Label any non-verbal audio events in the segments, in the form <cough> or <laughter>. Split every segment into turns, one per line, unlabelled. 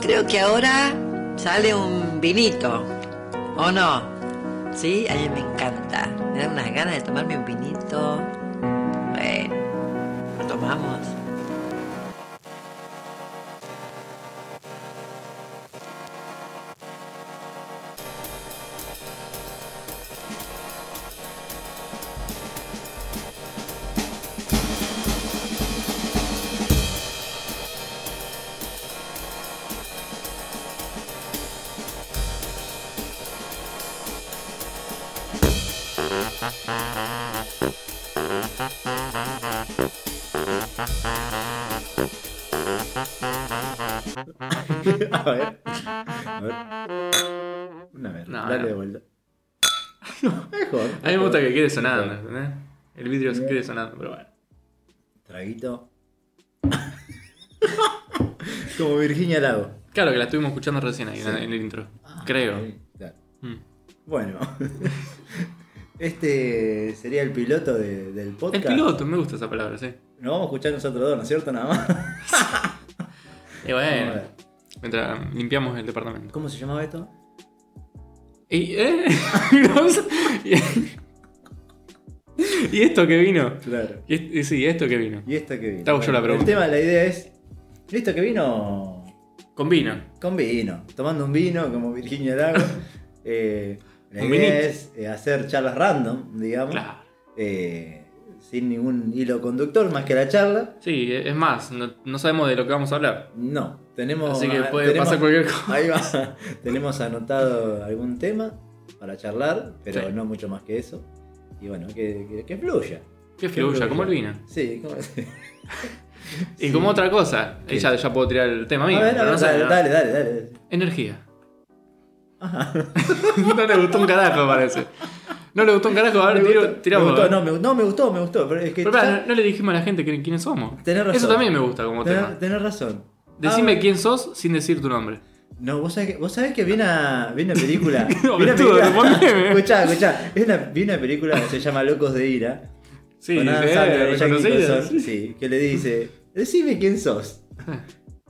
Creo que ahora sale un vinito, ¿o no? Sí, a mí me encanta. Me dan unas ganas de tomarme un vinito. Bueno, lo tomamos.
<laughs> a ver. A ver. Una vez.
No,
dale
no.
de vuelta. <laughs> Mejor.
A mí me gusta
mejor.
que quede sonando, ¿entendés? El vidrio se quede sonando, pero bueno.
Traguito. <laughs> Como Virginia Lago.
Claro que la estuvimos escuchando recién ahí en en el intro.
Ah,
Creo.
Sí, claro.
Mm.
Bueno. <laughs> Este sería el piloto de- del
El
podcast.
piloto, me gusta esa palabra, sí.
Nos vamos a escuchar nosotros dos, ¿no es cierto? Nada más. <laughs>
Y
Vamos a
bueno,
ver.
mientras limpiamos el departamento.
¿Cómo se llamaba esto?
Y, ¿eh? <laughs> y esto que vino.
Claro.
Y, es- y sí, esto que vino.
¿Y esto que vino?
Te hago yo la pregunta.
El tema, la idea es. ¿Esto que vino?
Con vino.
Con vino. Tomando un vino, como Virginia
<laughs>
Lago. Eh, la
Un
idea
vinito.
es eh, hacer charlas random, digamos.
Claro.
eh, sin ningún hilo conductor más que la charla.
Sí, e- es más, no, no sabemos de lo que vamos a hablar.
No, tenemos.
Así que puede
tenemos-
pasar cualquier cosa.
<laughs> Ahí va. tenemos anotado algún tema para charlar, pero
Sí.
no mucho más que eso. Y bueno, que, que, que fluya.
<laughs> Que fluya, como el vino.
Sí, como- <laughs>
Y como otra cosa,
¿Qué?
ella ya puedo tirar el tema
A
mío.
ver, a
pero
ver,
no sé,
dale,
no.
dale, dale, dale.
Energía.
Ajá.
<laughs> No le gustó un carajo, parece. No le gustó un carajo, ahora
Me
tiro,
gustó,
tiramos.
me gustó, no, me, gu- no, me gustó, me gustó. Pero es que
Pero
ya-
pará, no, no le dijimos a la gente quién- quiénes somos.
Tenés razón.
Eso también me gusta como
tenés,
tema.
tenés razón.
Decime
Ah,
quién sos sin decir tu nombre.
No, vos sabés que, vos sabés que vi una, vi una
<laughs>
película.
No,
vi una
pelotudo,
película
respondeme.
escuchá, escuchá. Es una- vi una película que se llama Locos de Ira.
Sí,
con Adam
sí, eh,
Sandler y Jack
reconocida,
Nicholson,
sí. Ah.
sí, que le dice, decime quién sos.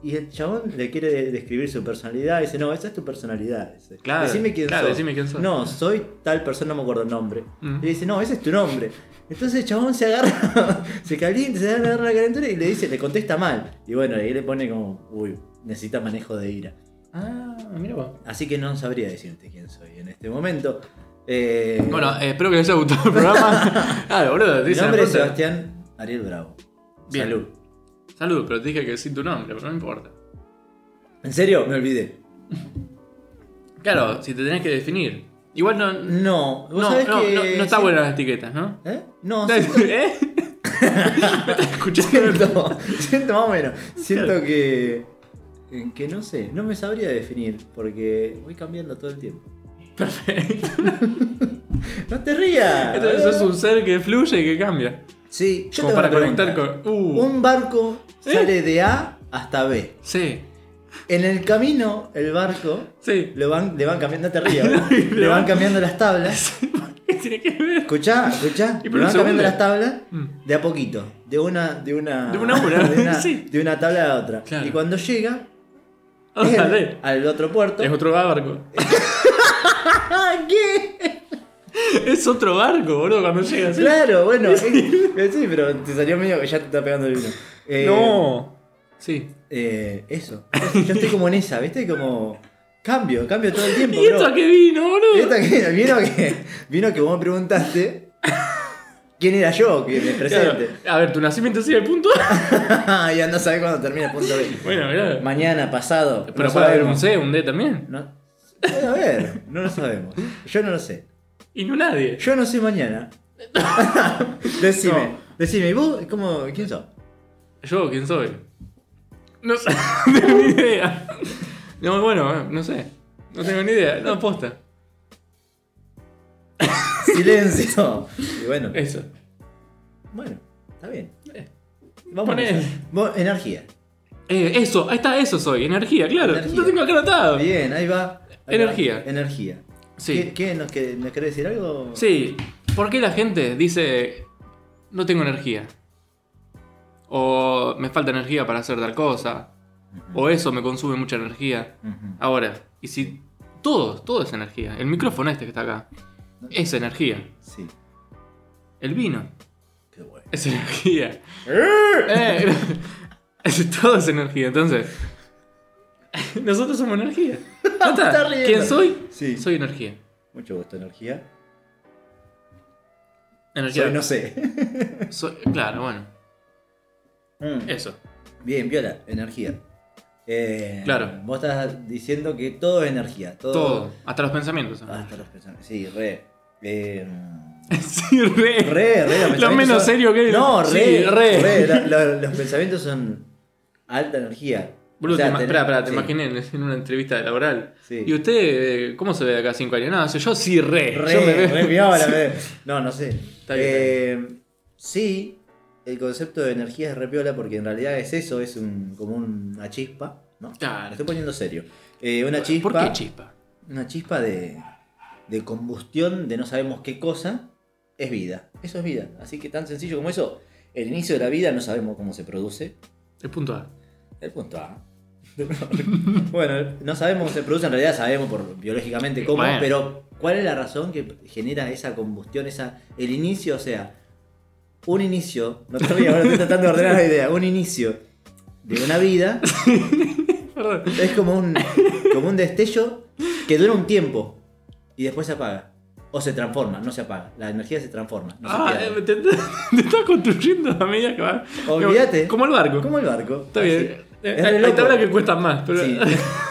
Y el chabón le quiere de- describir su personalidad, dice, no, esa es tu personalidad. dice.
Claro,
decime quién
claro,
sos.
decime quién sos.
No, soy tal persona, no me acuerdo el nombre.
Mm.
Y le dice, no, ese es tu nombre. Entonces el chabón se agarra, <laughs> se calienta, se agarra la calentura y le dice, le contesta mal. Y bueno, ahí le pone como, uy, necesita manejo de ira.
Ah, mira vos.
Así que no sabría decirte quién soy en este momento. Eh,
Bueno, eh, espero que les haya gustado
<laughs>
el programa. Claro, boludo, te
mi
hice la
nombre es
pregunta.
Sebastián Ariel Bravo.
Bien.
Salud.
Salud, pero te dije que sin tu nombre, pero no importa.
¿En serio? Me olvidé.
Claro, si te tenés que definir. Igual no. No,
No, vos
no,
sabés
no,
que.
no está
sí-
buena las etiquetas, ¿no?
¿Eh?
<laughs>
No,
¿Eh?
siento,
¿Me estás escuchando?
siento, <laughs> siento más o menos. Siento que. Que no sé, no me sabría definir porque voy cambiando todo el tiempo.
Perfecto.
<laughs> ¡No te rías!
Entonces sos un ser que fluye y que cambia.
Sí, yo tengo
como para
una pregunta.
conectar con. Uh, ¿Eh?
Un barco sale de A hasta B.
Sí,
En el camino, el barco
sí.
lo van, le van cambiando. No te
<laughs>
rías, ¿verdad?
Le
le van
van-
cambiando las tablas.
<laughs> ¿Qué tiene que ver?
Escuchá, escuchá.
Y
Le
por un
van cambiando
segundo.
las tablas
Mm.
de a poquito. De una. De una,
De una a una,
<laughs> de una-
sí.
de una tabla a la otra.
Claro.
Y cuando
<laughs>
llega
Ah,
él
dale.
al otro puerto.
Es otro barco.
¡Ah, qué!
Es otro barco, boludo, cuando llega así.
Claro, bueno. eh, sí, pero te salió medio que ya te está pegando el vino. Eh,
No. Sí.
eh, eso. Yo estoy como en esa, ¿viste? Como. Cambio, cambio todo el tiempo.
<laughs> ¿Y esto
bro.
a qué vino,
Y esto
boludo?
que- <laughs> vino que. Vino que vos me preguntaste. ¿Quién era yo? Que me presente.
Claro. A ver, tu nacimiento sigue
<laughs>
el punto.
y anda a saber cuándo termina el punto B.
bueno, mirá.
Mañana, pasado.
Pero
no
puede haber un
sabemos.
C, un D también.
No. Puede haber, no lo sabemos. Yo no lo sé.
Y no nadie.
Yo no sé mañana. <laughs> decime,
No.
decime, ¿y vos cómo, quién sos?
¿Yo quién soy? No sé, <laughs> no tengo ni idea. No, bueno, eh, no sé. No tengo ni idea. No, aposta.
Silencio. Y bueno,
Eso.
bueno, está bien.
Eh,
Vamos
Poné.
Vos, energía.
Eh, eso, ahí está, eso soy. Energía, claro.
Energía.
Lo tengo acá anotado.
Bien, ahí va. Ahí va.
Energía.
Energía.
Sí.
¿Qué, qué, nos, que- nos querés decir algo?
Sí. ¿Por qué la gente dice no tengo energía? O me falta energía para hacer tal cosa. O eso me consume mucha energía.
Ujú.
Ahora, y si todo, todo es energía. El micrófono este que está acá es energía.
Sí,
El vino
qué bueno. <laughs>
es energía. Eh, <laughs> es- todo es energía, entonces. <laughs> Nosotros somos
<laughs>
energía. Ya está.
Está riendo.
¿Quién soy?
Sí.
Soy energía.
Mucho gusto, energía.
Energía.
Soy, no sé.
soy- claro, bueno.
Mm.
Eso.
Bien, Viola, energía. Eh,
Claro.
Vos estás diciendo que todo es energía. Todo. Ah,
Todo. Hasta los pensamientos.
Hasta los pensamientos. Sí, re. Eh,
<laughs> Sí, re.
re, re. Los
<laughs> Lo
pensamientos
menos
son-
serio que
No, re.
Sí, re.
re, la- la- los pensamientos son alta energía. O
Boludo,
sea,
te, ima-
tenés-
pará, pará, te
sí,
imaginé en- en una entrevista laboral.
Sí.
¿Y usted eh, cómo se ve de acá a cinco años? No, o sea, yo sí re.
Re,
yo me veo-
re
<laughs>
piola, me veo. No, no sé.
bien,
Eh, sí, el concepto de energía es re piola porque en realidad es eso, es un, como una chispa, ¿no? Me
Claro.
estoy poniendo serio. Eh, una chispa.
¿Por qué chispa?
Una chispa de, de combustión de no sabemos qué cosa es vida. Eso es vida. Así que tan sencillo como eso. El inicio de la vida no sabemos cómo se produce.
El punto A.
El punto A. <laughs> bueno, no sabemos cómo se produce, en realidad sabemos por, biológicamente cómo,
Bueno.
pero ¿cuál es la razón que genera esa combustión, esa, el inicio? O sea, un inicio, no te rías, ahora estoy tratando de ordenar la idea, un inicio de una vida
Perdón.
es como un, como un destello que dura un tiempo y después se apaga. O se transforma, no se apaga. La energía se transforma. No se
Ah,
pierde.
eh, te, <laughs> te, te estás construyendo a medida que va.
Olvídate.
Como el barco.
Como el barco.
eh, Está bien.
Así.
Eh,
Es re
Hay, hay
loco.
tablas que cuestan más, pero. <laughs>
Sí.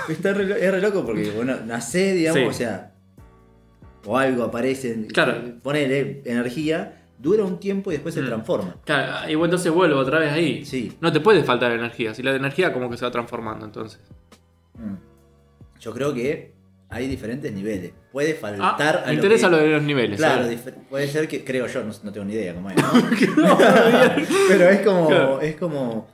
Está re lo- es re loco porque, bueno, nacés, digamos,
Sí.
o sea, o algo aparece, eh,
Claro.
ponele energía, dura un tiempo y después se
Mm.
transforma.
Claro, y vos entonces vuelvo otra vez ahí.
Sí.
No te puede faltar energía. Si la energía como que se va transformando entonces.
Mm. Yo creo que hay diferentes niveles. Puede faltar a
Ah, me interesa
que-
lo de los niveles.
Claro,
¿eh?
difer- puede ser que, creo yo, no, no tengo ni idea cómo
<laughs>
es. <laughs> ¿no? Pero es como,
Claro.
es como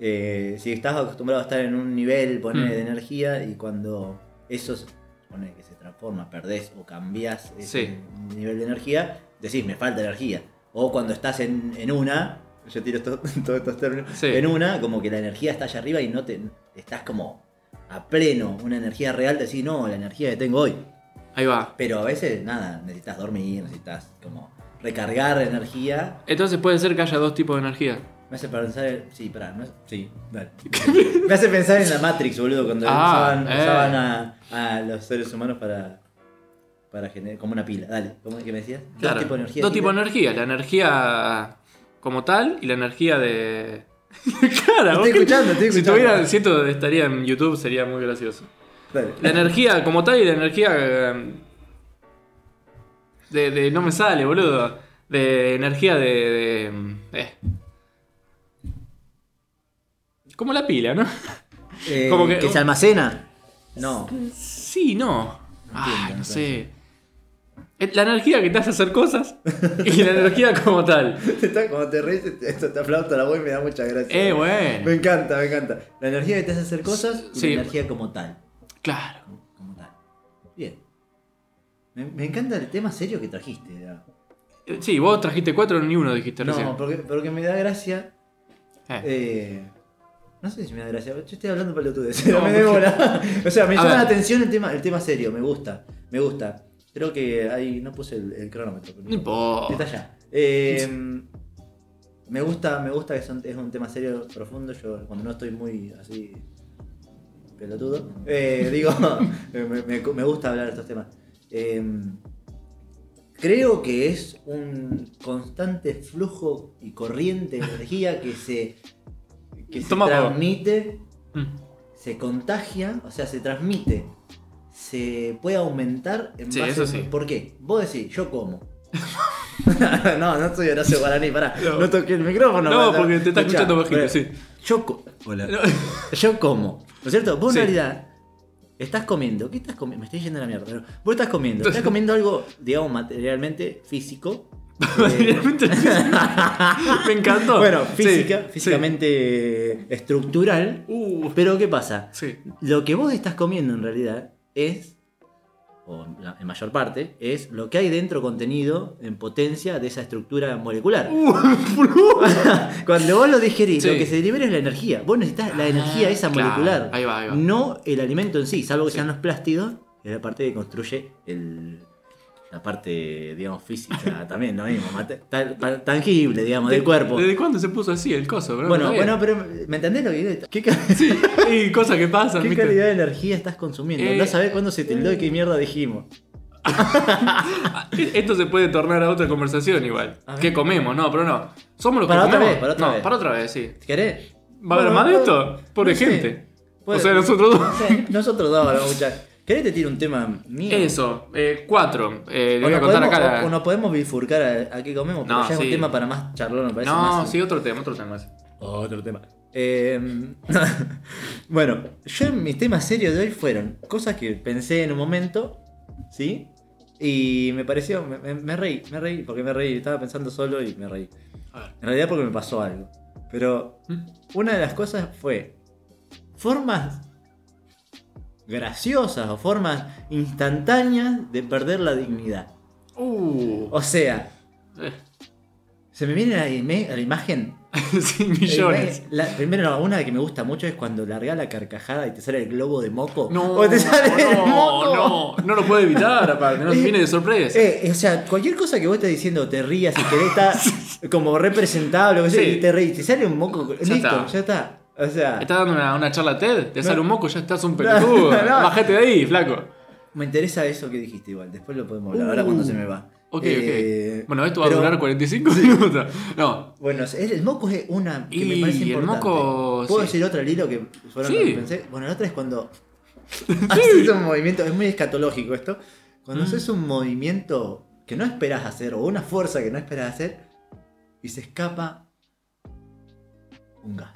eh, si estás acostumbrado a estar en un nivel, poner
Mm.
de energía, y cuando eso se- ponele que se transforma, perdés o cambiás ese
Sí.
nivel de energía, decís, me falta energía. O cuando estás en, en una, yo tiro esto- <laughs> todos estos términos,
Sí.
en una, como que la energía está allá arriba y no te estás como a pleno, una energía real, decís, no, la energía que tengo hoy.
Ahí va.
Pero a veces, nada, necesitas dormir, necesitas como recargar energía.
Entonces puede ser que haya dos tipos de energía.
Me hace pensar. en- Sí, pará, me hace, sí, dale. <laughs> me hace pensar en la Matrix, boludo, cuando
Ah,
usaban,
eh.
usaban a, a los seres humanos para. para generar. como una pila, dale. ¿Cómo es que me decías?
Claro.
Dos tipos de energía.
Dos tipos de
pila.
energía. La energía como tal y la energía de. <laughs> Cara, vos
Estoy
que-
escuchando, estoy
Si
escuchando.
tuviera, siento estaría en YouTube, sería muy gracioso. La
Dale.
energía como tal y la energía. eh, De, de- no me sale, boludo. De energía de. de, eh. Como la pila, ¿no?
Eh,
Como que-
que, se almacena. No.
<laughs> Sí, no. Ah,
entiendo,
no sé. Es La energía que te hace hacer cosas y la energía
<laughs>
como tal.
<laughs> Está como te ríes, esto te aplaudo la voz y me da mucha gracia.
Eh, bueno.
Me encanta, me encanta. La energía que te hace hacer cosas y
Sí.
la energía como tal.
Claro.
como tal. Bien. Me, me encanta el tema serio que trajiste. ¿no?
Eh, Sí, vos trajiste cuatro, ni uno dijiste recién.
No, porque, porque me da gracia.
Eh.
eh, no sé si me da gracia. Yo estoy hablando para lo
No,
<laughs> me
porque-
devora. <laughs> o sea, me
A
llama
ver.
la atención el tema, el tema serio. Me gusta. Me gusta. Creo que ahí no puse el, el cronómetro. pero-
No
eh,
importa.
Está allá. Eh, me gusta, me gusta que son- es un tema serio, profundo. Yo cuando no estoy muy así pelotudo, eh, digo, <laughs> me, me- me gusta hablar de estos temas. Eh, creo que es un constante flujo y corriente de energía que se, que se
Toma, Pablo.
transmite
Mm.
se contagia, o sea, se transmite, se puede aumentar en
Sí,
base
eso sí.
¿Por qué? Vos decís, yo
<laughs>
como. no, no soy Horacio Guaraní, pará. No,
No.
toqué el micrófono.
No,
pará.
porque te está
Escuchá, Eh,
escuchando bajito,
pará.
sí.
Yo, co- Hola.
No. <laughs>
yo como. ¿No es cierto? Vos
Sí.
en realidad estás comiendo. ¿Qué estás comiendo? Me estoy yendo a la mierda. pero vos estás comiendo.
<laughs>
Estás comiendo algo, digamos, materialmente físico. eh,
Materialmente Me encantó.
bueno,
Sí,
física,
sí.
físicamente estructural.
Uh,
Pero ¿qué pasa?
sí.
Lo que vos estás comiendo en realidad es o en la- en mayor parte, es lo que hay dentro contenido en potencia de esa estructura molecular.
<laughs>
<laughs> Cuando vos lo digerís,
Uh, Sí. Ah,
lo que se libera es la energía. Vos necesitas la energía esa
claro.
molecular,
Ahí va, ahí va.
no el alimento en sí, salvo que
Sí.
sean los plástidos, que es la parte que construye el- la parte, digamos,
<laughs>
física también, ¿no? Mismo, mate- tal- pa- tangible, digamos, del cuerpo.
¿Desde cuándo se puso así el coso, bro?
Bueno,
Está bien.
bueno, pero ¿me entendés lo que digo? ¿Qué, ca-
Sí, y cosas que pasan,
qué
¿viste?
calidad de energía estás consumiendo?
Eh,
no sabés cuándo se tildó y qué mierda dijimos.
Esto se puede tornar a otra conversación igual.
A ver.
¿Qué comemos? No, pero no. ¿Somos los
Para
que
otra
comemos?
vez, para otra
no,
vez.
para otra vez, sí.
¿Querés?
¿Va a
Bueno,
haber más de
no-
esto? Pobre
no sé.
gente.
Puede-
o sea, nosotros dos.
No sé, Nosotros dos, ¿no, muchachos. ¿Querés te tiro un tema mío?
Eso, eh, cuatro. Eh, le
O
voy a
nos
contar
podemos,
acá. la-
o- o nos podemos bifurcar a, a qué comemos, pero
No,
ya es
sí.
un tema para más charlón, me parece.
No,
más-
sí, otro tema, otro tema.
Otro tema. Eh, <laughs> bueno, yo en mis temas serios de hoy fueron cosas que pensé en un momento, ¿sí? Y me pareció, me, me- me reí, me reí, porque me reí, estaba pensando solo y me reí.
A ver.
En realidad porque me pasó algo. Pero
¿Mm?
una de las cosas fue formas graciosas o formas instantáneas de perder la dignidad.
Uh.
O sea,
Eh,
se me viene a la, ima- a la imagen.
<laughs> sí, millones.
La, primero, no, una que me gusta mucho es cuando larga la carcajada y te sale el globo de moco.
No,
o te sale el moco.
no, no, no lo puedo evitar,
<laughs>
aparte, no viene de sorpresa.
Eh, o sea, cualquier cosa que vos estés diciendo, te rías y querés estar
<laughs>
como representable, o sea,
Sí.
y te reís, te sale un moco. listo,
está.
ya está. O sea,
¿Estás dando una, una charla TED? ¿Te sale un moco? Ya estás un
No, no.
pelotudo. Bajate de ahí, flaco.
Me interesa eso que dijiste igual, después lo podemos hablar,
Uh,
ahora cuando se me va.
Ok,
Eh,
ok. Bueno, esto va
pero,
a durar 45 minutos. No.
Bueno, es- el moco es una que
Y
me parece
el
importante.
moco,
¿Puedo
sí.
decir otra, Lilo, que fueron
Sí.
lo que pensé? Bueno, la otra es
<laughs>
cuando <laughs> haces un movimiento, es muy escatológico esto, cuando
Mm.
haces un movimiento que no esperas hacer, o una fuerza que no esperas hacer, y se escapa un gas.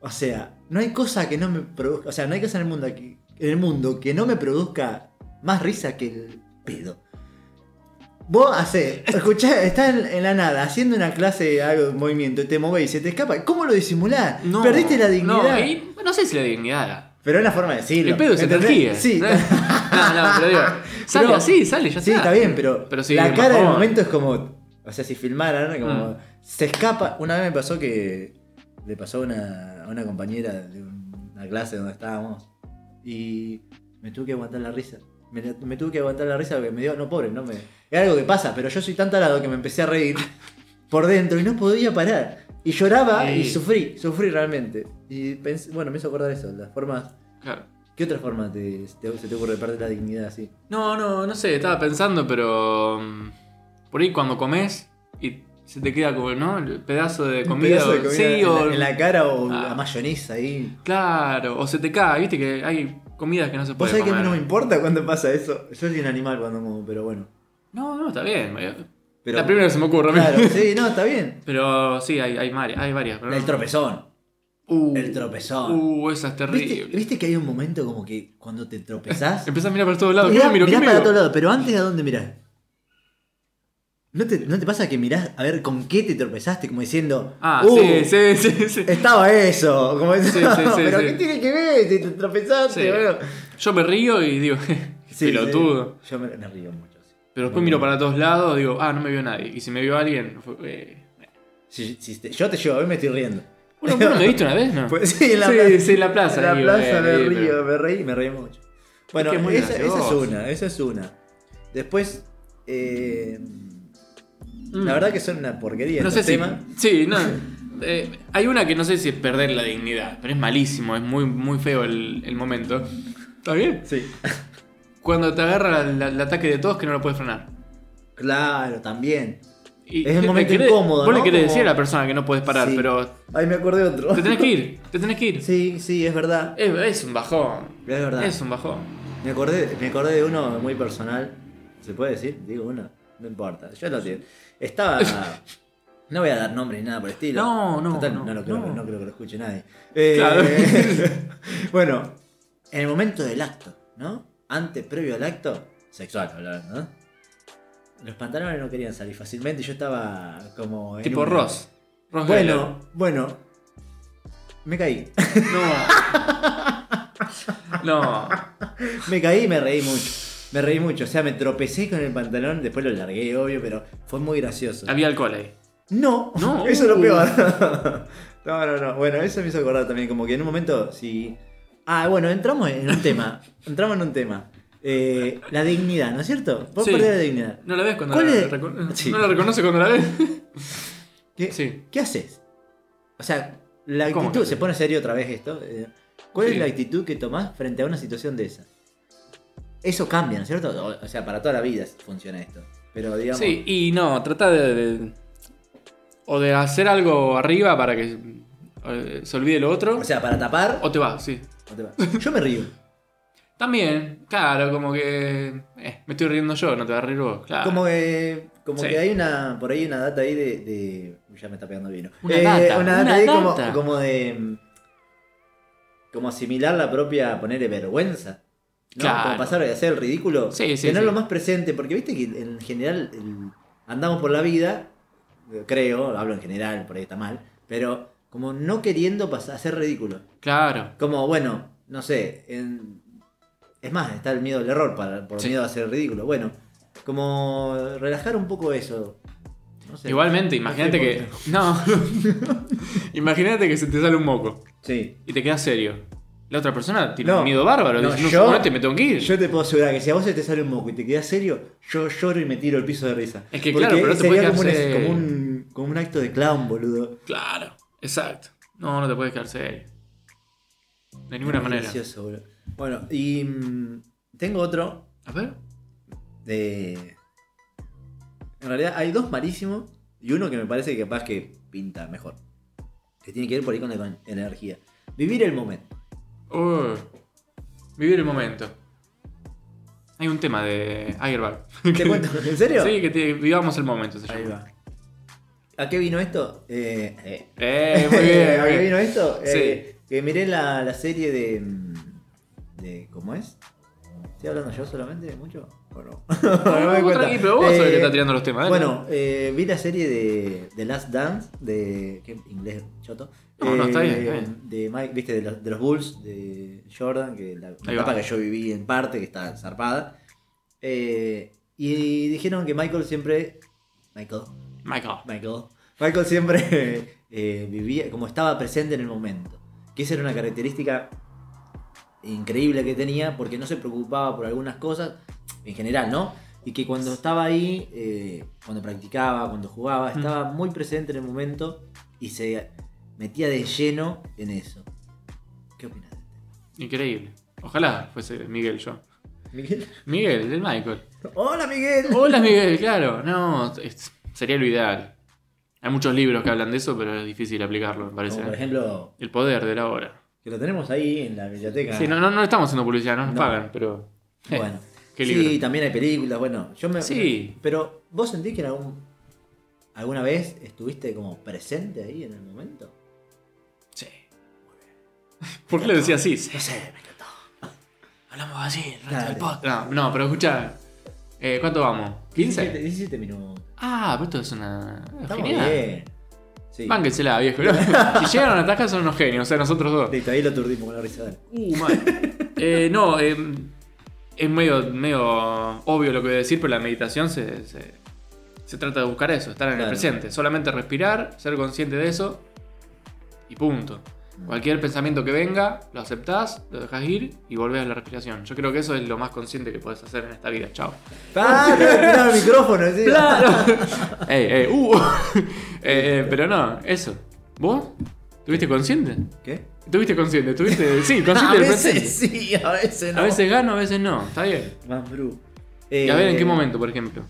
O sea, no hay cosa que no me produzca, o sea, no hay cosa en el mundo aquí, en el mundo que no me produzca más risa que el pedo. Vos hacés, escuchá, estás en, en la nada haciendo una clase, algo, un movimiento, y te movés y se te escapa. ¿Cómo lo disimulás?
No.
Perdiste la dignidad.
No, y no sé si la dignidad.
Pero es la forma de decirlo.
El pedo Eh, se te
¿entendés?
ríe.
Sí.
<laughs> No, no,
<laughs>
pero digo. Sale
Pero-
así, sale, ya
sí, está bien, pero,
Pero sí,
la
por
cara del
favor.
momento es como. O sea, si filmaran, como.
Mm.
Se escapa. Una vez me pasó que. Le pasó a una, a una compañera de una clase donde estábamos. Y. Me tuve que aguantar la risa. Me, la- me tuve que aguantar la risa porque me dio. No, pobre, no me. Es algo que pasa, pero yo soy tan tarado que me empecé a
<laughs>
reír por dentro y no podía parar. Y lloraba y
Sí.
sufrí, sufrí realmente. Y pensé, bueno, me hizo acordar eso, las formas
Claro.
¿Qué otra forma te, te- se te ocurre perder la dignidad así?
No, no, no sé, estaba pensando, pero. mm, Por ahí cuando comes y se te queda como, ¿no? El pedazo de
Un
comida.
pedazo de comida
sí,
en,
o.
la, en la cara o
Ah.
la mayonesa ahí.
Claro, o se te cae, viste que hay comidas que no se
Vos
pueden
sabés que a
comer.
mí no me importa cuando pasa eso. Yo soy un animal cuando como, pero bueno.
no, no, está bien. eh.
Pero-
la primera que se me ocurre.
Claro,
mira.
sí, no, está bien.
<laughs> Pero sí, hay, hay, varias, hay varias. Pero
El
no-
tropezón.
Ah. Uh,
el tropezón.
Uh, esa es
¿Viste,
terrible.
viste que hay un momento como que cuando te
<laughs>
tropezás?
Empezás a mirar para todos lados. ¿Qué
mirás
miro? ¿Qué
mirás para
miro?
todos lados, pero antes a dónde mirás. ¿No te, ¿No te pasa que mirás a ver con qué te tropezaste? Como diciendo.
Ah,
"Uh,
sí, sí, sí, sí.
Estaba eso. Como diciendo,
sí, sí,
<laughs> pero
sí.
¿qué tiene que ver si te tropezaste?
Sí.
boludo?"
Yo me río y digo, <laughs>
Sí,
pelotudo.
sí. Yo me, me río mucho. sí.
Pero después miro para todos lados, digo, ah, no me vio nadie. Y si me vio alguien, fue, eh,
Si- si te- yo te llevo, a mí me estoy riendo.
bueno, ¿vos no me viste una vez,
<laughs>
¿no?
Pues, sí, en la
Ah. sí,
plaza.
sí, en la plaza.
En la
digo,
plaza
eh,
me
eh,
río,
pero-
me reí, me reí mucho. Bueno,
que es muy
esa, esa es
gracioso.
una, esa es una. Después, eh,
Mm.
la verdad que son una porquería
No sé
estos
si.
temas.
Sí, no. eh, hay una que no sé si es perder la dignidad, pero es malísimo, es muy, muy feo el, el momento. ¿Está bien?
Sí.
Cuando te agarra la- la- el ataque de todos que no lo puedes frenar.
Claro, también.
Y
Es el
le
momento
querés-
incómodo,
Vos le
¿no?
querés
Como-
decir a la persona que no puedes parar,
Sí.
pero
Ahí me acordé otro.
te tenés que ir, te tenés que
<laughs>
ir.
Sí, sí, es verdad.
Es, es un bajón.
Es verdad.
Es un bajón.
Me acordé, me acordé de uno muy personal. ¿Se puede decir? Digo uno. No importa. Yo lo digo.
<laughs>
Estaba. No voy a dar nombre ni nada por el estilo.
No, no,
Total,
no,
lo creo,
no.
no creo que lo escuche nadie. Eh,
Claro.
<laughs> bueno, en el momento del acto, ¿no? Antes, previo al acto, sexual, hablando, ¿no? Los pantalones no querían salir fácilmente. Yo estaba como. en
Tipo
una-
Ross. Ross
Bueno, bueno. Me caí.
Geller. No. No.
Me caí y me reí mucho. Me reí mucho. O sea, me tropecé con el pantalón. Después lo largué, obvio, pero fue muy gracioso.
Había alcohol ahí.
No, <laughs>
No. Uh.
eso es lo peor. no, no, no. Bueno, eso me hizo acordar también, como que en un momento, sí. Ah, bueno, entramos en un tema. Entramos en un tema. Eh, la dignidad, ¿no es cierto? Vos
Sí.
perdés la dignidad.
No la ves cuando
¿Cuál
la
es?
recono-
Sí.
No la reconoce cuando la ves.
¿Qué,
Sí.
¿Qué haces? O sea, la
¿Cómo
actitud.
que
Se
haces?
pone serio otra vez esto. eh, ¿Cuál es
Sí.
la actitud que tomás frente a una situación de esa? Eso cambia, ¿no es cierto? O, o sea, para toda la vida funciona esto. Pero digamos.
<laughs> Sí, y no, trata de, de- O de hacer algo arriba para que eh, se olvide lo otro.
O sea, para tapar.
O te vas, sí.
o te va. Yo me río.
También, claro, como que. eh, me estoy riendo yo, no te vas a reír vos, claro.
Como que. Como
Sí.
que hay una. Por ahí una data ahí de. de- ya me está pegando vino. Eh,
Una data,
Una data
una
ahí
data.
Como, como de. mm, Como asimilar la propia. ponerle vergüenza. ¿no?
Claro.
Como pasar de hacer el ridículo.
Sí, sí,
Tenerlo
sí.
más presente. Porque viste que en general el- andamos por la vida. Creo, hablo en general, por ahí está mal. Pero como no queriendo pasar, hacer ridículo.
Claro.
Como, bueno, no sé. en- Es más, está el miedo al error para, por
Sí.
miedo a ser ridículo. Bueno, como relajar un poco eso. No sé.
Igualmente, imagínate
No sé
que.
por
<laughs> No. imagínate que se te sale un moco
Sí.
y te quedas serio. La otra persona tiene
No.
un miedo bárbaro.
No,
dice, No,
yo-
no te me tengo que ir.
Yo te puedo asegurar que si a vos se te sale un moco y te quedas serio, yo lloro y me tiro al piso de risa.
Es que
Porque
claro, pero no te
sería
puedes
como, un-
quedar serio.
como un, como un acto de clown, boludo.
Claro, exacto. No, no te puedes quedar serio. De ninguna
Es
manera.
gracioso, boludo. Bueno, y mm, tengo otro
A ver.
de... En realidad hay dos malísimos y uno que me parece que capaz que pinta mejor. Que tiene que ver por ahí con la con- energía. Vivir el momento.
Uh, vivir el momento. Hay un tema de Airbag. <laughs>
¿Te cuento? ¿En serio?
Sí, que te- vivamos el momento. Se llama.
Ahí va. ¿A qué vino esto? Eh, eh.
Eh, muy
<laughs>
bien.
¿A qué
muy bien.
vino esto? Eh, que miré la, la serie de, mm, de... ¿Cómo es? ¿Estoy hablando yo solamente mucho? ¿O no? <laughs> No
No,
me doy
vos
cuenta.
tranqui, pero vos sos el
Eh,
que está tirando los temas. dale.
Bueno, eh, vi la serie de The Last Dance, de. ¿Qué inglés choto?
No, no, está bien,
Eh,
está bien.
De Mike, viste, de los, de los Bulls, de Jordan, que la
Ahí
etapa
va.
que yo viví en parte, que está zarpada. Eh, y dijeron que Michael siempre. Michael.
Michael.
Michael. Michael siempre <laughs> eh, vivía, como estaba presente en el momento. Que esa era una característica increíble que tenía porque no se preocupaba por algunas cosas, en general, ¿no? Y que cuando estaba ahí, eh, cuando practicaba, cuando jugaba,
Mm.
estaba muy presente en el momento y se metía de lleno en eso. ¿Qué opinas?
Increíble. Ojalá fuese Miguel yo.
Miguel.
Miguel, el Michael.
Hola Miguel.
Hola Miguel, claro. No, es- sería lo ideal. Hay muchos libros que hablan de eso, pero es difícil aplicarlo, me parece.
Como por ejemplo,
El poder de la hora.
que lo tenemos ahí en la biblioteca.
Sí, no, no, no estamos haciendo publicidad, no nos
No.
pagan, pero. eh,
Bueno.
<laughs> Qué
Sí,
libro.
también hay películas, bueno, yo me...
Sí.
Pero vos sentís que en algún, alguna vez estuviste como presente ahí en el momento?
Sí. <laughs> ¿Por qué le decía así? Sí.
No sé, me encantó.
Hablamos así, el
Dale.
del podcast. No, no, pero escucha. Eh, ¿Cuánto vamos? ¿15?
17, 17 minutos.
Ah, pero esto es una. es
Estamos
genial.
bien. Sí.
Bánquensela, viejo. <laughs> si llegaron a Tasca son unos genios, o sea, nosotros dos.
Listo, ahí lo aturdimos con la risa.
<laughs>
dale.
Uh, mal. Eh, no, eh, es medio, medio obvio lo que voy a decir, pero la meditación se, se- se trata de buscar eso, estar en
Claro.
el presente. Solamente respirar, ser consciente de eso y punto. Cualquier pensamiento que venga, lo aceptás, lo dejas ir y volvés a la respiración. Yo creo que eso es lo más consciente que puedes hacer en esta vida. Chao.
¡Ah! te voy a tirar el micrófono! ¿sí?
<laughs> Ey, ey, uh. <laughs> Eh, eh, pero no, eso. ¿Vos? ¿Tuviste consciente?
¿Qué?
¿Tuviste consciente? ¿Tuviste? Sí,
<laughs> A
consciente del presente.
veces sí, a veces no.
A veces gano, a veces no. Está bien.
Más bru.
Y
Eh,
a ver en qué momento, por ejemplo.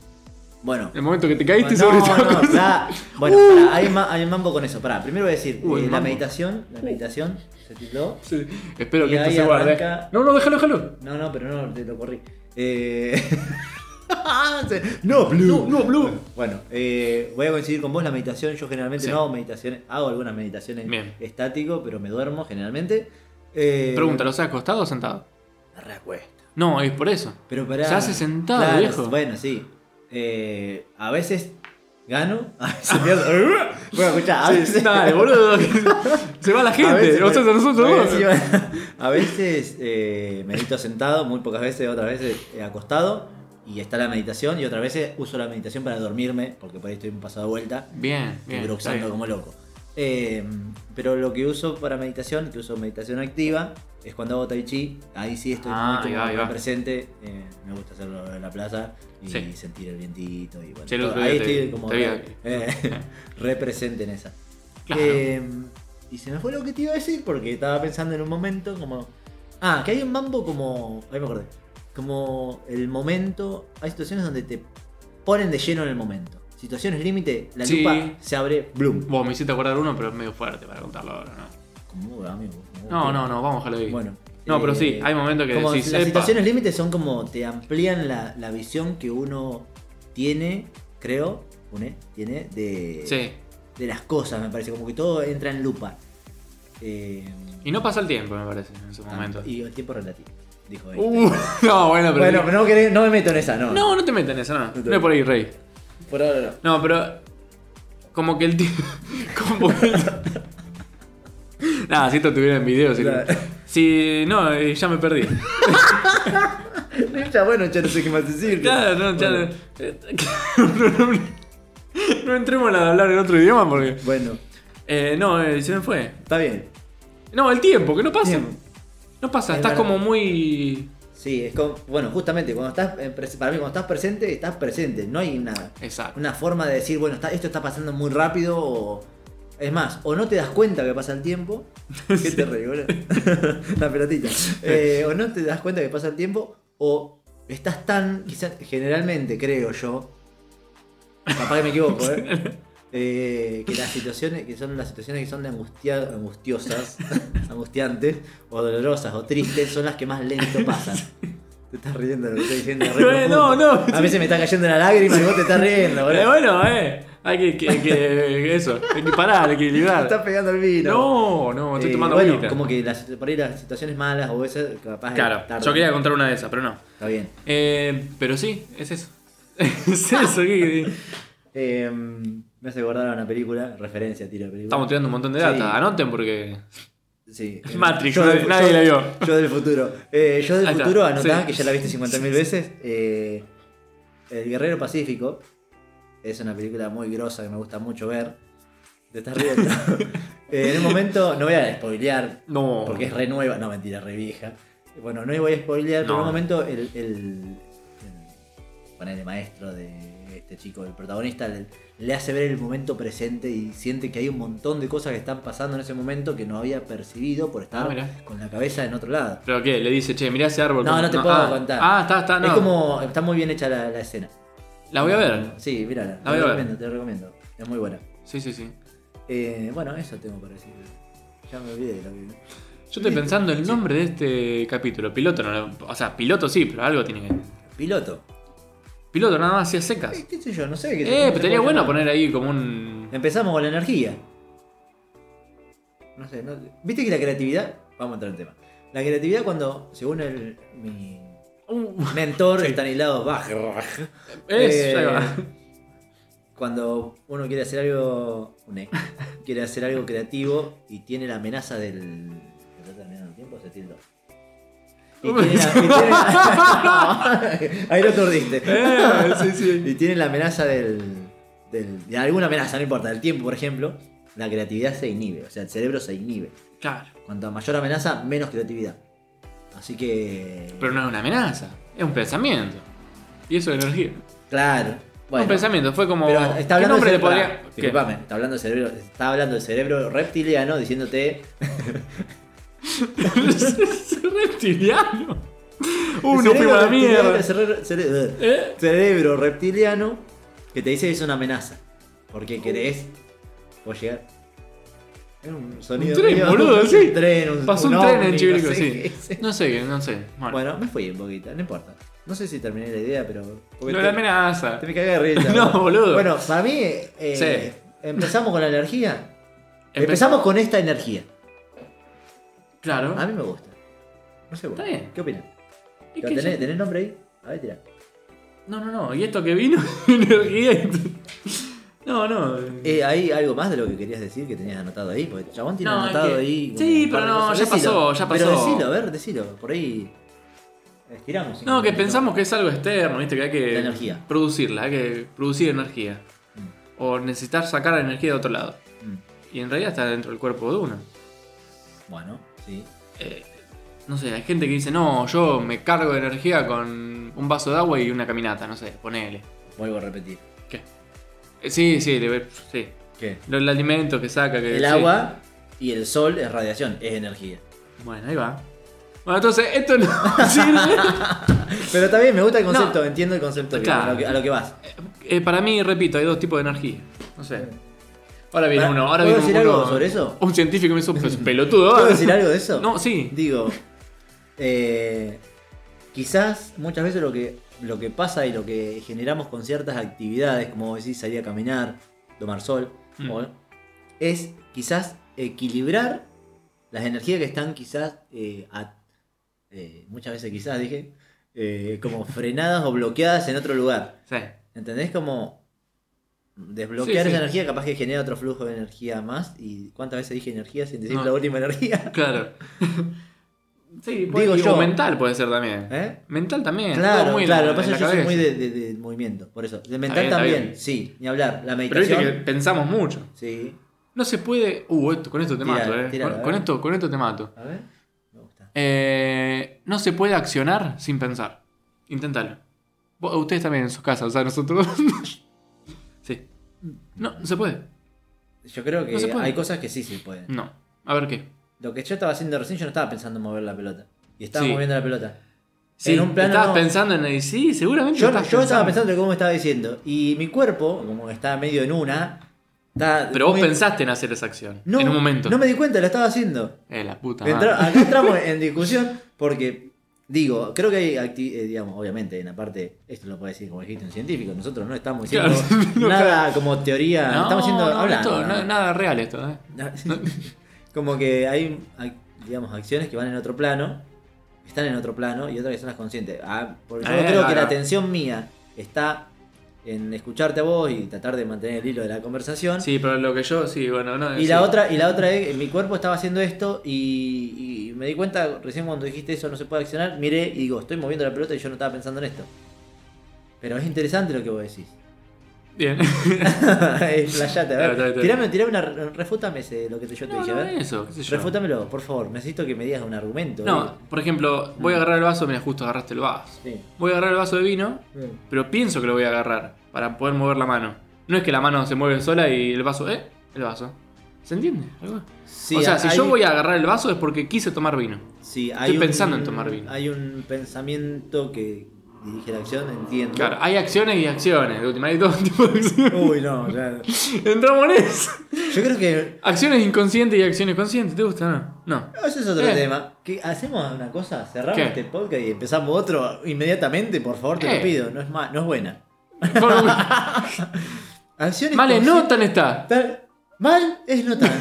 Bueno.
El momento que te caíste
no,
sobre esta
no,
cosa.
pará. Bueno, pará, hay, ma- hay mambo con eso. Pará, primero voy a decir,
Uh, el
eh, la
mambo.
meditación, la meditación se tituló
<laughs> Sí. Espero
Y
que esto
ahí
se guarde.
arranca-
No, no, déjalo, déjalo.
No, no, pero no, te lo corrí.
<laughs>
Eh... <laughs> Se- no, Blue.
No, no, Blue.
Bueno, eh, voy a coincidir con vos la meditación. Yo generalmente
Sí.
no hago meditaciones, hago algunas meditaciones
Bien.
estático, pero me duermo generalmente. Eh,
Pregunta, ¿lo haces acostado o sentado?
Me recuesto.
No, es por eso.
Pero pará.
Se hace sentado,
Claro,
viejo.
<laughs> Bueno, sí. Eh, a veces gano, a veces pierdo. Bueno, escuchá, a
Sí,
veces.
<laughs> dale,
<laughs>
boludo. Se va la
a
gente.
veces-
Nosotros, nosotros
a
dos.
veces- A veces eh, medito sentado, muy pocas veces, otras veces eh, acostado y está la meditación y otras veces uso la meditación para dormirme porque por ahí estoy un pasado de vuelta.
Bien, bien. está
bruxando
bien.
como loco. Eh, pero lo que uso para meditación, que uso meditación activa, es cuando hago tai chi. Ahí sí estoy
Ah,
muy
ahí
como
va, ahí va.
presente. eh, me gusta hacerlo en la plaza y
Sí.
sentir el vientito. Y bueno,
Sí, el
todo.
otro día
ahí
te-
estoy como
te vi aquí.
eh, <laughs> re presente en esa.
Claro.
Eh, y se me fue lo que te iba a decir porque estaba pensando en un momento como. Ah, que hay un mambo como. Ahí me acordé. Como el momento. Hay situaciones donde te ponen de lleno en el momento. Situaciones límite, la
Sí.
lupa se abre, bloom.
Vos me hiciste acordar uno, pero es medio fuerte para contarlo ahora, ¿no?
Como, amigo, como-
No, no, no, vamos a dejarlo ahí.
Bueno.
No, pero sí,
eh,
hay momentos que
como
decís,
Las
"Epa".
situaciones límite son como te amplían la, la visión que uno tiene, creo, une, tiene de,
Sí.
de las cosas, me parece. Como que todo entra en lupa. Eh,
Y no pasa el tiempo, me parece, en ese momento.
Ah, Y el tiempo relativo, dijo él.
Uh, <laughs> no, bueno, pero.
bueno, pero no, querés- no me meto en esa, no.
No, no te metas en eso, no.
te
No es por ahí, Rey.
Por ahora no.
No, pero. Como que el tío. <laughs> Como que el... Nada, si esto estuviera en video. Si,
Claro.
si- no, eh, ya me perdí.
Ya bueno, ya no <laughs> sé qué más decir.
Claro, no, ya.
Bueno.
no, no- no <laughs> entremos a hablar en otro idioma porque.
Bueno,
Eh, no, eh, se me fue.
está bien.
No, el tiempo, que no pasa.
Tiempo.
No pasa,
Es
estás
verdad.
como muy.
Sí, es como, bueno, justamente cuando estás, eh, pres- para mí, cuando estás presente, estás presente. No hay una,
Exacto.
una forma de decir, bueno, está, esto está pasando muy rápido o... Es más, o no te das cuenta que pasa el
<laughs>
tiempo. ¿Qué te reí, boludo? <laughs> La pelotita. Eh, o no te das cuenta que pasa el tiempo o estás tan, quizás, generalmente creo yo, capaz que me equivoco,
<laughs>
¿eh? Eh, que las situaciones que son las situaciones que son de angustia-
<laughs>
angustiosas, angustiantes, o dolorosas, o tristes, son las que más lento
<laughs>
pasan. Te estás riendo de lo que estoy diciendo. <laughs> re
No,
profundo.
no,
A mí se me está cayendo la lágrima y vos te estás riendo,
Eh, <laughs>
boludo.
bueno, eh. Hay que, que- que- eso, hay que parar, hay que
Te
equilibrar.
estás pegando el vino.
No, no, estoy
Eh,
tomando
bueno,
agüita.
como que las, por ahí las situaciones malas o esas capaz que
Claro,
tardan.
yo quería contar una de esas, pero no.
Está bien.
Eh, pero sí, es eso. <laughs> es eso. que-
Eh, me hace acordar a una película, referencia tiro de película.
Estamos tirando un montón de
Sí.
data. Anoten porque.
Sí. eh,
Matrix,
Yo
nadie-
del-
nadie
yo-
la vio.
Yo del futuro. Eh, yo del
Ahí está,
futuro, anotá,
sí.
que ya la viste 50.000 veces. eh, El Guerrero Pacífico es una película muy grosa que me gusta mucho ver. Te estás
<laughs>
riendo. Eh, en un momento, no voy a spoilear,
No.
porque es re nueva. No, mentira, re vieja. Bueno, no voy a spoilear, pero en
No.
un momento el, el, el, ponele, maestro de este chico, el protagonista, le, le hace ver el momento presente y siente que hay un montón de cosas que están pasando en ese momento que no había percibido por estar
Ah, mirá.
con la cabeza en otro lado.
¿Pero qué? Le dice, che, mirá ese árbol.
No,
¿cómo-
no te puedo
ah.
contar.
Ah, está, está, no.
Es como, está muy bien hecha la, la escena.
La voy a ver.
Sí, mírala. te
La voy a ver.
recomiendo, te recomiendo. Es muy buena.
Sí, sí, sí.
Eh, bueno, eso tengo para decir. Ya me olvidé de lo que...
Yo estoy pensando el nombre de este capítulo. Piloto no lo- O sea, piloto sí, pero algo tiene que.
Piloto.
Piloto nada más, así a secas.
Eh, ¿Qué sé yo? No sé. qué-
Eh,
cómo
pero
se
estaría
puede
bueno
llamar.
poner ahí como un.
Empezamos con la energía. No sé, no- ¿viste que la creatividad? Vamos a entrar en tema. La creatividad cuando, según el, mi
Uh,
mentor, Estanislao Bach,
es,
Eh,
ahí va.
cuando uno quiere hacer algo, un ex, quiere hacer algo creativo y tiene la amenaza del... ¿Me está terminando el tiempo? Se tildó. Y tiene la- y tiene la- <laughs> Ahí lo aturdiste.
Eh, sí, sí.
Y tiene la amenaza del, del- De alguna amenaza, no importa, del tiempo, por ejemplo. La creatividad se inhibe, o sea, el cerebro se inhibe.
Claro.
Cuanta mayor amenaza, menos creatividad. Así que.
Pero no es una amenaza, es un pensamiento. Y eso es energía.
Claro. Bueno.
un pensamiento, fue como.
Pero está
¿Qué
hablando
nombre
de
le
cerebro-
podría.?
pará,
¿Qué?
disculpame, está hablando del cerebro, está hablando del cerebro reptiliano diciéndote
Es reptiliano. Uh,
El
no fuimos a la
reptiliano,
mierda.
el cerebro, cere-
¿Eh?
cerebro reptiliano que te dice que es una amenaza.
Uh.
Porque querés vos llegar. Es un sonido.
Un tren,
medio-
boludo, sí.
Un tren, un,
Pasó un,
un
tren
ovni,
en Chivirico,
no sé qué
sí.
es.
No sé, qué, no sé. <laughs> Bueno,
Bueno, me fui un poquito, no importa. No sé si terminé la idea, pero.
lo
porque
de
te-
la amenaza.
Te me cagué de risa.
<laughs> No, boludo.
Bueno, para mí, eh,
Sí.
empezamos con la energía.
Empe-
Empezamos con esta energía.
Claro.
A mí me gusta. No sé vos.
Está bien.
¿Qué opinas?
Es que
¿Tenés,
yo-
tenés nombre ahí? A ver, tirá.
<laughs> No, no, no. Y esto que vino, energía. y- No, No, no.
Eh, ¿Hay algo más de lo que querías decir que tenías anotado ahí? Porque el chabón tiene
No, es
anotado
que-
ahí. un
Sí,
par
pero
de
no,
cosas.
ya
Decilo,
pasó, ya
Pero
pasó.
decilo, a ver, decilo. Por ahí. Estiramos.
No, que pensamos que es algo externo, ¿viste? Que hay que
La energía.
producirla, hay que producir energía.
Mm.
O necesitar sacar energía de otro lado.
Mm,
Y en realidad está dentro del cuerpo de uno.
Bueno, sí.
Eh, no sé, hay gente que dice, no, yo me cargo de energía con un vaso de agua y una caminata, no sé, ponele.
Vuelvo a repetir.
¿Qué? Eh, sí, sí, le- sí.
¿Qué?
Los alimentos que saca. Que,
El
Eh, sí.
agua y el sol es radiación, es energía.
Bueno, ahí va. Bueno, entonces, esto no <laughs> sirve.
Pero también me gusta el concepto,
No.
entiendo el concepto que-
Claro.
a, lo que, a lo que vas.
Eh, para mí, repito, hay dos tipos de energía. No sé. Ahora viene
Pará,
uno, ahora
¿puedo
viene
decir
uno-
algo sobre eso?
Un científico me
<laughs>
hizo pues, pelotudo.
¿Puedo decir algo de eso?
No, sí.
Digo, eh, quizás muchas veces lo que, lo que pasa y lo que generamos con ciertas actividades, como decís, salir a caminar, tomar sol,
Mm.
o- es quizás equilibrar las energías que están quizás, eh, a- eh, muchas veces quizás dije, eh, como frenadas o bloqueadas en otro lugar.
Sí.
¿Entendés? Como desbloquear
Sí, sí.
esa energía capaz que genera otro flujo de energía más. ¿Y cuántas veces dije energía sin decir
No.
la última energía? <laughs>
Claro. Sí, puede,
Digo
y- o
yo.
mental puede ser también.
¿Eh?
Mental <laughs> también. todo
Claro,
muy en
claro, lo
la-
que pasa
en
es
la
que yo soy
cabeza.
muy de, de- de movimiento, por eso. De mental
bien, está
también,
bien.
sí, ni hablar. La
Pero viste
meditación.
que pensamos mucho.
Sí.
No se puede. Uh, esto, con esto te
Tira,
mato, eh.
tira, a
con,
ver.
con esto, con esto te mato.
A ver, me gusta.
Eh, no se puede accionar sin pensar. Inténtalo. Vos- eh, Ustedes también en sus casas, o sea, nosotros. <laughs> sí. No, no se puede.
Yo creo que
No se puede.
hay cosas que sí se pueden.
No. A ver qué.
Lo que yo estaba haciendo recién, yo no estaba pensando en mover la pelota. Y estaba
Sí.
moviendo la pelota.
Sí,
en un plano.
estabas
no.
pensando en. Sí, seguramente.
Yo,
estabas
yo estaba pensando en cómo estaba diciendo. Y mi cuerpo, como está medio en una, está.
Pero vos
muy-
pensaste en hacer esa acción.
No,
en un momento.
No me di cuenta, lo estaba haciendo.
Eh, la puta madre.
Entra- acá entramos en discusión porque, digo, creo que hay, acti- eh, digamos, obviamente, en la parte, esto lo puede decir como dijiste un científico, nosotros no estamos diciendo
Claro, <laughs> no,
nada como teoría,
No,
ah, estamos diciendo,
no,
hablando,
esto, no,
¿no?
nada real esto, eh.
<laughs> como que hay, ac- digamos, acciones que van en otro plano, están en otro plano y otras que son las conscientes. Ah, porque yo
Eh,
creo que
claro.
la atención mía está en escucharte a vos y tratar de mantener el hilo de la conversación.
Sí, pero lo que yo, sí, bueno, no.
Y
sí.
la otra, y la otra es, mi cuerpo estaba haciendo esto y, y me di cuenta recién cuando dijiste eso no se puede accionar, miré y digo, estoy moviendo la pelota y yo no estaba pensando en esto. Pero es interesante lo que vos decís. <laughs>
Bien.
es playate, a
Está bien, está bien,
ver.
está
Tirame, tirame una, refútame ese, lo que te- yo te
no,
dije, a
no,
ver.
eso, qué sé yo.
Refútamelo, por favor, necesito que me digas un argumento.
No, por ejemplo, voy a agarrar el vaso, mira, justo agarraste el vaso.
Sí.
Voy a agarrar el vaso de vino, pero pienso que lo voy a agarrar para poder mover la mano. No es que la mano se mueve sola y el vaso, eh, el vaso. ¿Se entiende? Algo.
Sí,
o sea, si yo
hay-
voy a agarrar el vaso es porque quise tomar vino.
sí, hay
estoy
un-
pensando en tomar vino.
Hay un pensamiento que dirige la acción, entiendo.
Claro, hay acciones y acciones, de última, hay todo tipo de acciones. <laughs>
Uy, no, ya.
Entramos en eso.
Yo creo que
Acciones inconscientes y acciones conscientes, ¿te gusta? No. No.
Ese es otro
Eh.
tema. ¿Qué- ¿Hacemos una cosa? ¿Cerramos
¿Qué?
este podcast y empezamos otro inmediatamente? Por favor, te
Eh.
lo pido. No es, ma- no es buena. <laughs> Acciones
Vale,
con-
no tan está.
Tal- Mal es
<laughs>
no tan.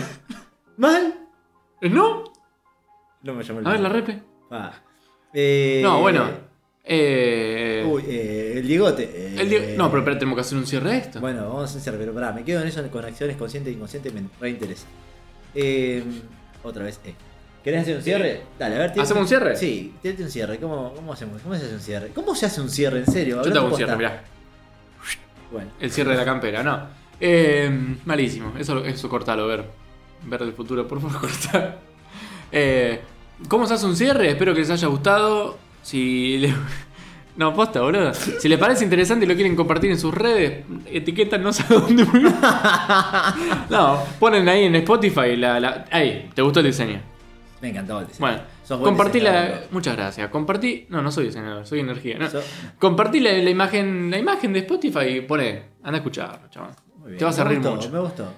Mal.
¿No?
No me llamó el
A ver, la
nombre.
repe.
Ah. Eh,
No, bueno. Eh,
Uy, eh, el Diegote. eh,
el di- no, pero espera, tenemos que hacer un cierre de esto.
Bueno, vamos a hacer, pero pará, me quedo en eso con acciones conscientes e inconscientes, me reinteresa. Eh, otra vez, eh. ¿Querés hacer un cierre? Dale, a ver, tirate-
¿Hacemos un cierre?
Sí, tirate un cierre. ¿Cómo, cómo hacemos? ¿Cómo se hace un cierre? ¿Cómo se hace un cierre? En serio,
Yo te hago
hablando
un cierre,
posta.
mirá.
Bueno,
El cierre de la campera, no. Eh, malísimo. Eso, eso cortalo, ver. Ver el futuro, por favor, <laughs> cortar. Eh, ¿Cómo se hace un cierre? Espero que les haya gustado. Si le- <laughs> No, posta, boludo. Si les parece interesante y lo quieren compartir en sus redes, etiquétanos a dónde.
<laughs>
no, ponen ahí en Spotify la. la... Ahí, ¿te gustó el diseño?
me encantó el diseño.
Bueno,
Sos buen
compartí
diseñador,
la. Muchas gracias. Compartí. No, no soy diseñador, soy energía. no.
bro. Sos-
Compartí la, la imagen la imagen de Spotify y pone. Anda a escucharlo, chaval.
muy bien.
Te vas a
Me
reír
gustó,
mucho.
Me gustó.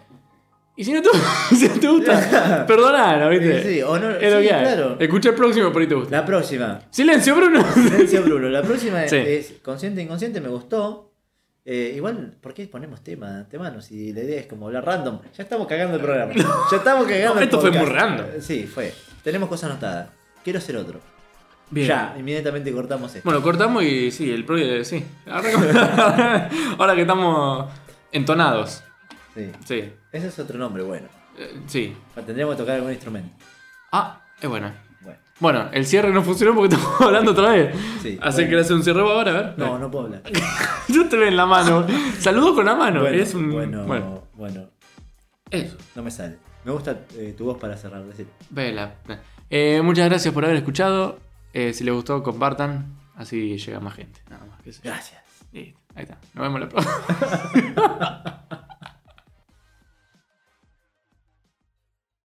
Y si no te, <laughs> si no
<laughs>
te gusta, perdonar, ¿viste?
Sí, sí, o no-
Es lo
sí,
que hay.
claro.
Escucha el próximo por ahí te gusta.
La próxima.
Silencio, Bruno.
<laughs> Silencio Bruno. La próxima es-
Sí.
es consciente inconsciente, me gustó. Eh, igual, ¿por qué ponemos tema? Temano, si la idea es como hablar random. Ya estamos cagando el programa. Ya estamos cagando el
<laughs> Esto fue
podcast.
muy random.
Eh, Sí, fue. Tenemos cosas anotadas. Quiero hacer otro.
Bien.
Ya, inmediatamente cortamos esto.
Bueno, cortamos <laughs> y sí, el pro sí. Ahora que- Ahora que estamos entonados.
Sí.
Sí.
Ese es otro nombre, bueno.
Eh, sí.
Tendríamos que tocar algún instrumento.
Ah, es buena.
Bueno.
Bueno, el cierre no funcionó porque <laughs> estamos hablando otra vez.
Sí,
Así
bueno.
que le hace un cierre vos ahora, a ver.
No, no puedo hablar.
<laughs> Yo te veo en
<laughs>
la mano. Saludo con la mano. es un.
bueno,
bueno.
bueno,
Eso.
no me sale. Me gusta eh, tu voz para cerrar, decir.
Vela. Eh, muchas gracias por haber escuchado. Eh, si les gustó, compartan. Así llega más gente. Nada más que eso.
Gracias.
Listo. Ahí está. Nos vemos la próxima.